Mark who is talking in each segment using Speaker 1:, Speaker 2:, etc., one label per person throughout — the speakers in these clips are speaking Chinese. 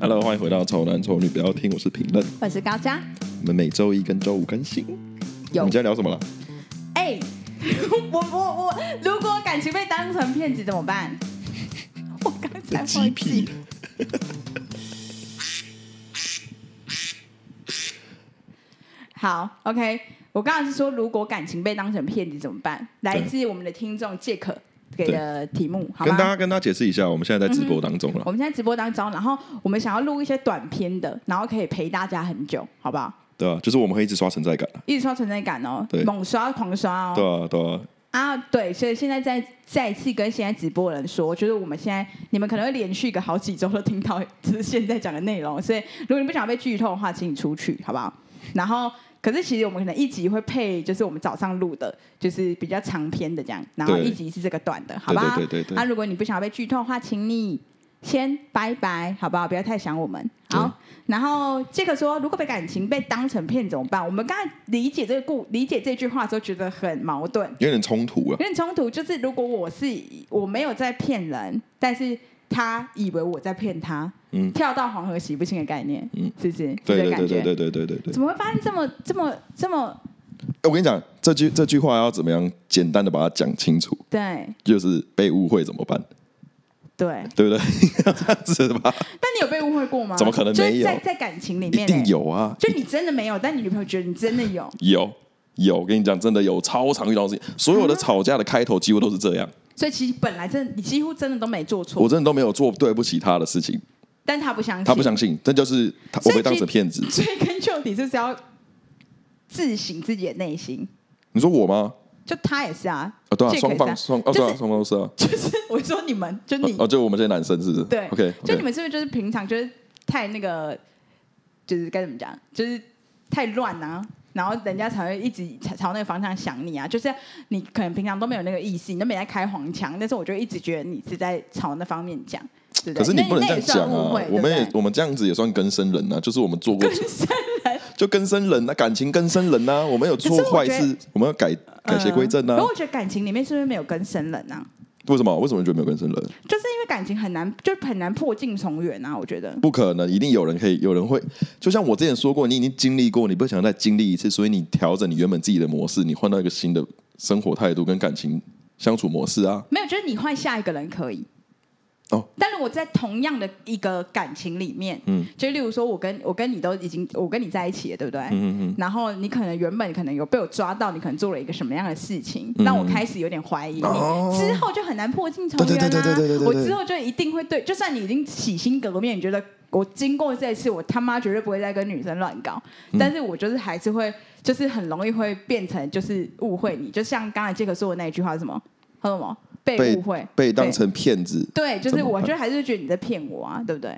Speaker 1: Hello，欢迎回到《丑男丑女》，不要听我是评论。
Speaker 2: 我是高嘉。
Speaker 1: 我们每周一跟周五更新。我
Speaker 2: 有
Speaker 1: 们今天聊什么了？
Speaker 2: 哎、 我我我，如果感情被当成骗子怎么办？ 我刚才
Speaker 1: 鸡
Speaker 2: 忘
Speaker 1: 皮
Speaker 2: 记。。好，OK，我刚才是说，如果感情被当成骗子怎么办？来自我们的听众杰克给的题目，好
Speaker 1: 跟大
Speaker 2: 吗？嗯
Speaker 1: 家跟大家解释一下，我们现在在直播当中了。
Speaker 2: 我们现在直播当中，然后我们想要录一些短片的，然后可以陪大家很久，好不好？
Speaker 1: 对啊，就是我们会一直刷存在感啊，
Speaker 2: 一直刷存在感哦
Speaker 1: 对，
Speaker 2: 猛刷狂刷哦。
Speaker 1: 对啊，对啊，
Speaker 2: 啊，对，所以现在再再次跟现在直播的人说，就是我们现在你们可能会连续个好几周都听到就是现在讲的内容，所以如果你不想被剧透的话，请你出去，好不好？然后，可是其实我们可能一集会配，就是我们早上录的，就是比较长篇的这样，然后
Speaker 1: 对
Speaker 2: 一集是这个短的，好吧？
Speaker 1: 对对对对对
Speaker 2: 啊，如果你不想要被剧透的话，请你先拜拜，好不好？不要太想我们。好，然后杰克说，如果被感情被当成骗怎么办？我们刚才理解这个故理解这句话的时候，觉得很矛盾。
Speaker 1: 有点冲突 啊
Speaker 2: 有。点冲突。就是如果我是我没有在骗人，但是他以为我在骗他，
Speaker 1: 嗯
Speaker 2: 跳到黄河洗不清的概念，
Speaker 1: 嗯
Speaker 2: 是不是？
Speaker 1: 对
Speaker 2: 是这
Speaker 1: 对
Speaker 2: 个感
Speaker 1: 对
Speaker 2: 觉
Speaker 1: 对对对对对对。
Speaker 2: 怎么会发生这么这么这么
Speaker 1: 哎我跟你讲，这句这句话要怎么样简单的把它讲清楚，
Speaker 2: 对
Speaker 1: 就是被误会怎么办，
Speaker 2: 对？
Speaker 1: 对不 对？要这样子吧，
Speaker 2: 但你有被误会过吗？
Speaker 1: 怎么可能
Speaker 2: 就是
Speaker 1: 没有
Speaker 2: 在在感情里
Speaker 1: 一
Speaker 2: 面、
Speaker 1: 定
Speaker 2: 欸
Speaker 1: 有嗯啊，
Speaker 2: 就你真的没有，但你女朋友觉得你真的有，
Speaker 1: 有有，我跟你讲，真的有，超常遇到的事情。所有的
Speaker 2: 啊
Speaker 1: 吵架的开头几乎都是这样，
Speaker 2: 所以其实本来真的你几乎真的都没做
Speaker 1: 我
Speaker 2: 错，
Speaker 1: 真的都没有做对不起他的事情，
Speaker 2: 但他不相信，
Speaker 1: 他不相信，这就是他
Speaker 2: 所
Speaker 1: 我
Speaker 2: 以
Speaker 1: 被当
Speaker 2: 其
Speaker 1: 成骗子。
Speaker 2: 所以跟究底就是要自省自己的内心，
Speaker 1: 你说我吗？
Speaker 2: 就他也是啊，
Speaker 1: 啊，对啊，
Speaker 2: 这也
Speaker 1: 双
Speaker 2: 可以这
Speaker 1: 方
Speaker 2: 样
Speaker 1: 双哦，
Speaker 2: 就
Speaker 1: 对
Speaker 2: 是
Speaker 1: 啊，双方都是啊。
Speaker 2: 就是我说你们，就你，
Speaker 1: 哦，就我们这些男生是不是？
Speaker 2: 对
Speaker 1: ，OK，
Speaker 2: 就你们是不是就是平常就是太那个，就是该怎么讲，就是太乱啊，然后人家才会一直朝朝那个方向想你啊，就是你可能平常都没有那个意识，你都没在开黄腔，但是我就一直觉得你是在朝那方面讲，对不
Speaker 1: 可
Speaker 2: 对？
Speaker 1: 是你
Speaker 2: 那
Speaker 1: 不能这
Speaker 2: 那
Speaker 1: 样
Speaker 2: 也算
Speaker 1: 讲
Speaker 2: 误
Speaker 1: 啊
Speaker 2: 会！
Speaker 1: 我们
Speaker 2: 对嗯
Speaker 1: 也
Speaker 2: 不对
Speaker 1: 我们这样子也算更生人啊，就是我们做过
Speaker 2: 更深人，
Speaker 1: 就更生人啊，感情更生人啊，我们有做
Speaker 2: 可是我
Speaker 1: 坏
Speaker 2: 觉得
Speaker 1: 事，我们要改改邪归正
Speaker 2: 嗯
Speaker 1: 啊
Speaker 2: 可。我觉得感情里面是不是没有更深人啊？
Speaker 1: 为什么？为什么你觉得没有更生人？
Speaker 2: 就是因为感情很难，就很难破镜重圆啊！我觉得，
Speaker 1: 不可能，一定有人可以，有人会。就像我之前说过，你已经经历过，你不想再经历一次，所以你调整你原本自己的模式，你换到一个新的生活态度跟感情相处模式啊。
Speaker 2: 没有，就是你换下一个人可以。
Speaker 1: 哦。
Speaker 2: 但如果在同样的一个感情里面，
Speaker 1: 嗯
Speaker 2: 嗯，就例如说，我跟我跟你都已经我跟你在一起了，对不对？
Speaker 1: 嗯嗯
Speaker 2: 然后你可能原本可能有被我抓到，你可能做了一个什么样的事情，
Speaker 1: 嗯
Speaker 2: 让我开始有点怀疑你，
Speaker 1: 哦
Speaker 2: 之后就很难破镜重
Speaker 1: 对
Speaker 2: 圆
Speaker 1: 对
Speaker 2: 啦、
Speaker 1: 对对对对对对
Speaker 2: 我之后就一定会对，就算你已经洗心革面，你觉得我经过这一次，我他妈绝对不会再跟女生乱搞，
Speaker 1: 嗯
Speaker 2: 但是我就是还是会，就是很容易会变成就是误会你，就像刚才杰克说的那一句话是什么？他说什么？被
Speaker 1: 被
Speaker 2: 误会，
Speaker 1: 被当成骗子，
Speaker 2: 对，就
Speaker 1: 怎
Speaker 2: 是
Speaker 1: 么
Speaker 2: 我
Speaker 1: 办
Speaker 2: 觉得还是觉得你在骗我啊，对不对？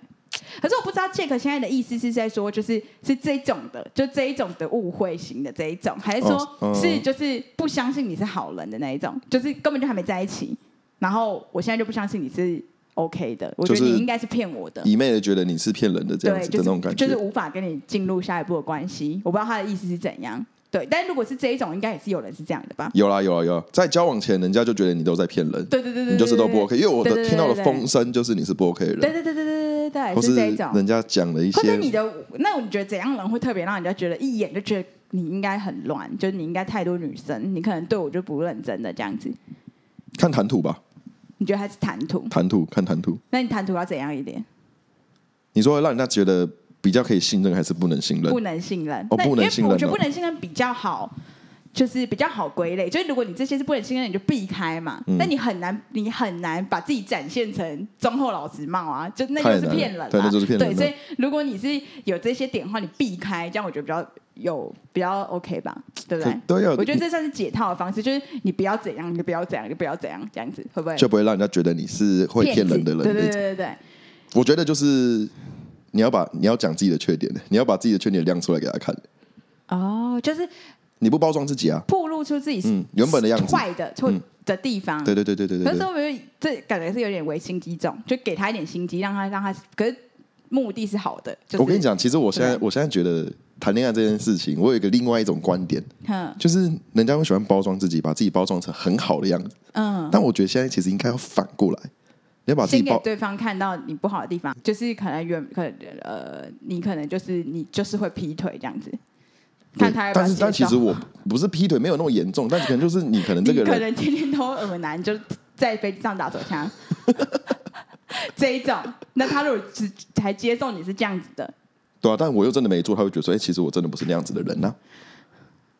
Speaker 2: 可是我不知道 Jack 现在的意思是在说，就是是这种的，就这一种的误会型的这一种，还是说
Speaker 1: 哦
Speaker 2: 是
Speaker 1: 嗯
Speaker 2: 就是不相信你是好人的那一种，就是根本就还没在一起，然后我现在就不相信你是 OK 的，我觉
Speaker 1: 就
Speaker 2: 得
Speaker 1: 是
Speaker 2: 你应该是骗我的，
Speaker 1: 一昧的觉得你是骗人的这样
Speaker 2: 对，
Speaker 1: 子的那
Speaker 2: 就
Speaker 1: 种
Speaker 2: 是
Speaker 1: 感
Speaker 2: 就是
Speaker 1: 觉。
Speaker 2: 无法跟你进入下一步的关系，我不知道他的意思是怎样。对，但如果是这一种，应该也是有人是这样的吧？
Speaker 1: 有啦有啦有啦，在交往前，人家就觉得你都在骗人，
Speaker 2: 对对对对，
Speaker 1: 你就是都不 OK。因为我
Speaker 2: 对
Speaker 1: 的
Speaker 2: 对
Speaker 1: 听到的
Speaker 2: 对对
Speaker 1: 风声就是你是不 OK 的
Speaker 2: 对
Speaker 1: 人，
Speaker 2: 对对对对对对
Speaker 1: 或
Speaker 2: 对，
Speaker 1: 是
Speaker 2: 是这一种。
Speaker 1: 人家讲了一
Speaker 2: 或者
Speaker 1: 些
Speaker 2: 你的那你觉得怎样的人会特别让人家觉得一眼就觉得你应该很乱，就是你应该太多女生，你可能对我就不认真的这样子？
Speaker 1: 看谈吐吧，
Speaker 2: 你觉得他是谈吐？
Speaker 1: 谈吐看谈吐，
Speaker 2: 那你谈吐要怎样一点？
Speaker 1: 你说让人家觉得比较可以信任还是不能信任
Speaker 2: 不？能信任。
Speaker 1: 哦
Speaker 2: 那
Speaker 1: 不能信任
Speaker 2: 因为我觉得
Speaker 1: 哦
Speaker 2: 不能信任比较好，就是比较好归类。就是如果你这些是不能信任，你就避开嘛。
Speaker 1: 嗯
Speaker 2: 那你很难，你很难把自己展现成忠厚老实帽啊，就那
Speaker 1: 太
Speaker 2: 就是
Speaker 1: 难
Speaker 2: 骗人
Speaker 1: 了
Speaker 2: 啦。
Speaker 1: 对那就是骗人
Speaker 2: 对，
Speaker 1: 了
Speaker 2: 所以如果你是有这些点的话，你避开，这样我觉得比较有比较 OK 吧，对不对？
Speaker 1: 可对啊
Speaker 2: 我觉得这算是解套的方式，就是你不要怎样，你不要怎样，你不要怎样，这样子会不会？
Speaker 1: 就不会让人家觉得你是会骗人的人。
Speaker 2: 对对对对对。
Speaker 1: 我觉得就是你要把你要讲自己的缺点，你要把自己的缺点亮出来给他看，
Speaker 2: 哦，就是
Speaker 1: 你不包装自己啊。
Speaker 2: 暴露出自己是
Speaker 1: 嗯，原本的样子。
Speaker 2: 坏的、错
Speaker 1: 嗯
Speaker 2: 的地方。
Speaker 1: 对对对对对
Speaker 2: 可
Speaker 1: 对
Speaker 2: 是
Speaker 1: 对。
Speaker 2: 我觉得这感觉是有点违心机重，就给他一点心机，让他让他，可是目的是好的。就是、
Speaker 1: 我跟你，讲，其实我现在
Speaker 2: 对
Speaker 1: 我现在觉得谈恋爱这件事情，我有一个另外一种观点，
Speaker 2: 嗯
Speaker 1: 就是人家会喜欢包装自己，把自己包装成很好的样子。
Speaker 2: 嗯，
Speaker 1: 但我觉得现在其实应该要反过来，要把自
Speaker 2: 先
Speaker 1: 己
Speaker 2: 给
Speaker 1: 包
Speaker 2: 对方看到你不好的地方，就是可能原可呃，你可能就是你就是会劈腿这样子，看他要不要
Speaker 1: 但
Speaker 2: 接
Speaker 1: 是
Speaker 2: 受。
Speaker 1: 但其实我不是劈腿，没有那么严重，但是可能就是你可能这个
Speaker 2: 你可
Speaker 1: 人
Speaker 2: 能天天都耳男，就在飞机上打手枪， 这一种。那他如果只还接受你是这样子的，
Speaker 1: 对啊，但我又真的没做，他会觉得说，哎、其实我真的不是那样子的人呐、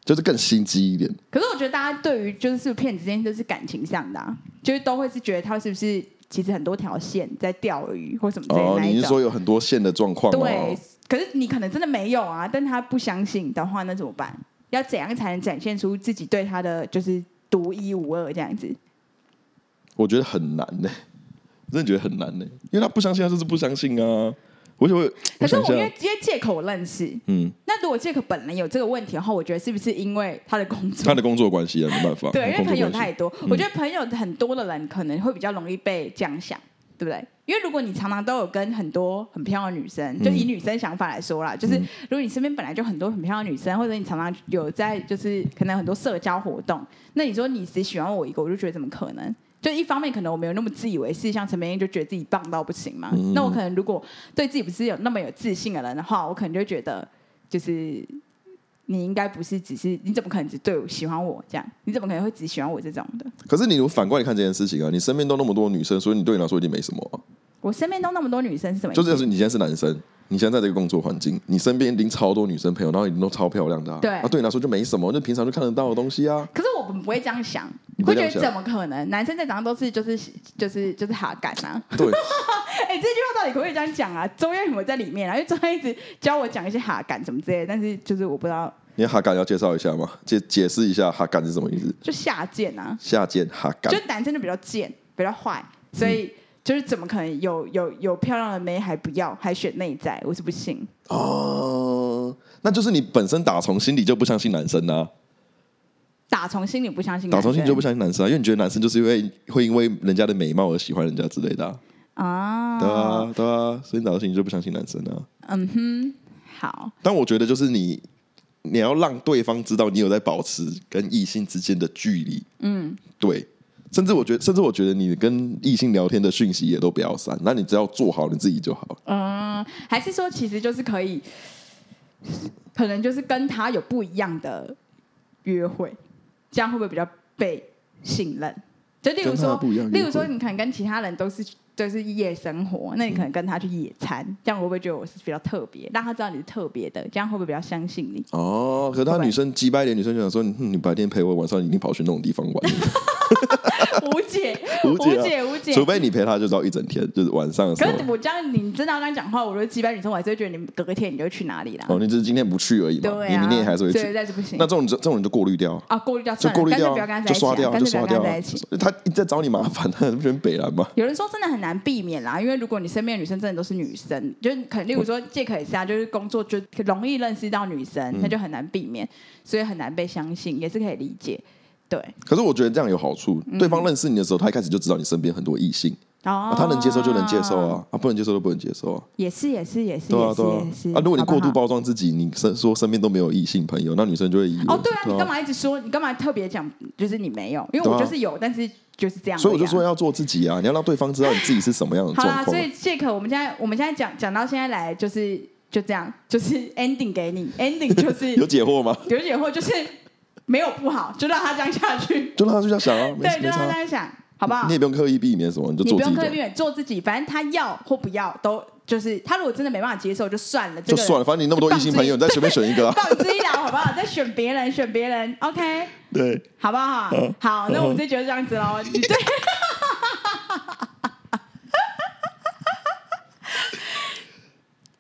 Speaker 1: 就是更心机一点。
Speaker 2: 可是我觉得大家对于就是骗子这件事是感情上的、啊，就是都会是觉得他是不是其实很多条线在钓鱼或什么之类的
Speaker 1: 哦，
Speaker 2: 那
Speaker 1: 你
Speaker 2: 一
Speaker 1: 是
Speaker 2: 种。
Speaker 1: 说有很多线的状况
Speaker 2: 对
Speaker 1: 哦？，
Speaker 2: 可是你可能真的没有啊，但他不相信的话，那怎么办？要怎样才能展现出自己对他的就是独一无二这样子？
Speaker 1: 我觉得很难呢、真的觉得很难呢、因为他不相信，他就是不相信啊。我就会，
Speaker 2: 可是
Speaker 1: 想一
Speaker 2: 我因
Speaker 1: 下啊
Speaker 2: 为，因为借口我认识，
Speaker 1: 嗯，
Speaker 2: 那如果这个本人有这个问题的话，我觉得是不是因为他的工
Speaker 1: 他
Speaker 2: 作？
Speaker 1: 的工作关系啊，没办法，
Speaker 2: 对，因为
Speaker 1: 工
Speaker 2: 朋
Speaker 1: 作
Speaker 2: 友
Speaker 1: 关系。嗯
Speaker 2: 太多，我觉得朋友很多的人可能会比较容易被这样想，对不对？因为如果你常常都有跟很多很漂亮的女生，
Speaker 1: 嗯
Speaker 2: 就以女生想法来说啦，就是如果你身边本来就很多很漂亮的女生，或者你常常有在就是可能很多社交活动，那你说你只喜欢我一个，我就觉得怎么可能？就一方面可能我没有那么自以为是，像陈美英就觉得自己棒到不行嘛。
Speaker 1: 嗯
Speaker 2: 那我可能如果对自己不是有那么有自信的人的话，我可能就觉得就是你应该不是只是你怎么可能只对我喜欢我这样？你怎么可能会只喜欢我这种的？
Speaker 1: 可是你如果反过来看这件事情啊，你身边都那么多女生，所以你对你来说一定没什么、啊。
Speaker 2: 我身边都那么多女生，是什么意
Speaker 1: 就
Speaker 2: 思？
Speaker 1: 是就是你现在是男生，你现在在这个工作环境，你身边一定超多女生朋友，然后一定都超漂亮的、啊。
Speaker 2: 对
Speaker 1: 啊，对你来说就没什么，就平常就看得到的东西 啊。
Speaker 2: 可是我们不会这样想，
Speaker 1: 你不
Speaker 2: 会
Speaker 1: 会这
Speaker 2: 觉
Speaker 1: 样
Speaker 2: 得怎么可能？男生在早上都是就是就是就是哈感啊！
Speaker 1: 对，
Speaker 2: 哎、这句话到底可不可以这样讲啊？周燕有没有在里面啊？因为周燕一直教我讲一些哈感什么之类的，但是就是我不知道，
Speaker 1: 你哈感要介绍一下吗？解解释一下哈感是什么意思？
Speaker 2: 就下贱啊！
Speaker 1: 下贱哈感
Speaker 2: 就，男生就比较贱，比较坏，所
Speaker 1: 嗯
Speaker 2: 以就是怎么可能有有有漂亮的妹还不要，还选内在？我是不信。
Speaker 1: 哦，那就是你本身打从心里就不相信男生啊，
Speaker 2: 打从心里不相信男
Speaker 1: 打
Speaker 2: 生，
Speaker 1: 从心里就不相信男生啊，因为你觉得男生就是因为会因为人家的美貌而喜欢人家之类的、啊，对
Speaker 2: 啊，
Speaker 1: 啊，对啊，所以你打从心里就不相信男生啊。
Speaker 2: 嗯哼，好，
Speaker 1: 但我觉得就是你，你要让对方知道你有在保持跟异性之间的距离。嗯，对。甚至我觉得，甚至我觉得你跟异性聊天的讯息也都不要删，那你只要做好你自己就好。
Speaker 2: 嗯，还是说其实就是可以，可能就是跟他有不一样的约会，这样会不会比较被信任？就例如
Speaker 1: 跟他
Speaker 2: 说，
Speaker 1: 不一样约会
Speaker 2: 例如说，你可能跟其他人都是都是夜生活，那你可能跟他去野 餐，这样会不会觉得我是比较特别？让他知道你是特别的，这样会不会比较相信 你？
Speaker 1: 哦，可是
Speaker 2: 会
Speaker 1: 他
Speaker 2: 不会
Speaker 1: 女生击败脸，女生就想说，嗯你白天陪我，晚上你一定跑去那种地方玩，
Speaker 2: 无解，
Speaker 1: 无解啊
Speaker 2: 解，无解。
Speaker 1: 除非你陪他就到一整天，就是晚上的时
Speaker 2: 可
Speaker 1: 候。
Speaker 2: 是我这样，你真的要这样讲话，我就击败女生，我还是会觉得你们隔天你就去哪里啦。
Speaker 1: 哦，你只是今天不去而已嘛，
Speaker 2: 啊对
Speaker 1: 你
Speaker 2: 啊，
Speaker 1: 明天还是会
Speaker 2: 所以
Speaker 1: 去。
Speaker 2: 但是不行
Speaker 1: 那这。种这种人就过滤掉啊，
Speaker 2: 啊，过滤掉
Speaker 1: 就
Speaker 2: 算了，
Speaker 1: 过滤
Speaker 2: 干脆
Speaker 1: 掉
Speaker 2: 不要
Speaker 1: 啊，
Speaker 2: 跟他
Speaker 1: 就
Speaker 2: 在一起
Speaker 1: 刷
Speaker 2: 啊，
Speaker 1: 掉啊，
Speaker 2: 干
Speaker 1: 就
Speaker 2: 脆不
Speaker 1: 刷
Speaker 2: 要跟
Speaker 1: 掉
Speaker 2: 他在
Speaker 1: 啊
Speaker 2: 一起。。
Speaker 1: 他一直在找你麻烦，他不是很北蓝吗？
Speaker 2: 有人说真的很难避免啦，因为如果你身边的女生真的都是女生，就是可能例如说借口也是啊，就是工作就容易认识到女生，
Speaker 1: 嗯
Speaker 2: 那就很难避免，所以很难被相信，也是可以理解。对，
Speaker 1: 可是我觉得这样有好处，对方认识你的时候，他一开始就知道你身边很多异性、
Speaker 2: 嗯
Speaker 1: 啊，
Speaker 2: 哦
Speaker 1: 他能接受就能接受，啊，啊不能接受就不能接受啊，
Speaker 2: 也是也是也是
Speaker 1: 对啊
Speaker 2: 也是
Speaker 1: 对啊
Speaker 2: 也是。
Speaker 1: 啊，如果你
Speaker 2: 好不好
Speaker 1: 过度包装自己，你身说身边都没有异性朋友，那女生就会以为
Speaker 2: 哦，对啊，你干？嘛一直说？你干嘛特别讲？就是你没有，因为
Speaker 1: 对
Speaker 2: 我
Speaker 1: 啊
Speaker 2: 就是有，但是就是这样而已啊。
Speaker 1: 所以我就说要做自己啊，你要让对方知道你自己是什么样的
Speaker 2: 好啦，
Speaker 1: 状
Speaker 2: 所
Speaker 1: 况。
Speaker 2: 以这个我们现在我们现在讲讲到现在来，就是就这样，就是 ending 给你，ending 就 是
Speaker 1: 有解惑吗？
Speaker 2: 有解惑，就是没有不好，就让他这样下去，
Speaker 1: 就让他去这样想啊，没
Speaker 2: 对，就
Speaker 1: 没
Speaker 2: 让他这
Speaker 1: 差，
Speaker 2: 样想，好不好
Speaker 1: 你？也不用刻意避免什么，你就
Speaker 2: 你
Speaker 1: 做
Speaker 2: 不
Speaker 1: 自己就
Speaker 2: 用
Speaker 1: 好
Speaker 2: 刻意避免做自己，反正他要或不要都就是他如果真的没办法接受就算了，这
Speaker 1: 就
Speaker 2: 个人
Speaker 1: 算了，反正你那么多异性朋友，你再随便选一个啊。
Speaker 2: 放之一聊，好不好？再选别人，选别人，OK，
Speaker 1: 对，
Speaker 2: 好不好？好，那我们这集就这样子喽。你对，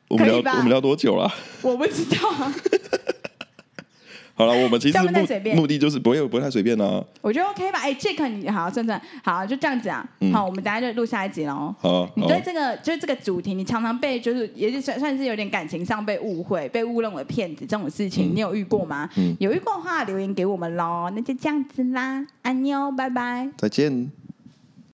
Speaker 1: 我们
Speaker 2: 可以吧
Speaker 1: 聊我们聊多久了？
Speaker 2: 我不知道啊，
Speaker 1: 好了，我们其实
Speaker 2: 这样不太随便
Speaker 1: 目目的就是不会不会太随便啊啦。
Speaker 2: 我觉得 OK 吧？哎，Jack，你好，算算，好，就这样子啊。好，我们等下就录下一集喽。
Speaker 1: 好啊，
Speaker 2: 你
Speaker 1: 好
Speaker 2: 对
Speaker 1: 啊
Speaker 2: 这个就是这个主题，你常常被就是也是算算是有点感情上被误会、被误认为骗子这种事情，你有遇过吗？有遇过的话留言给我们喽。那就这样子啦，安妞，拜拜。
Speaker 1: 再见。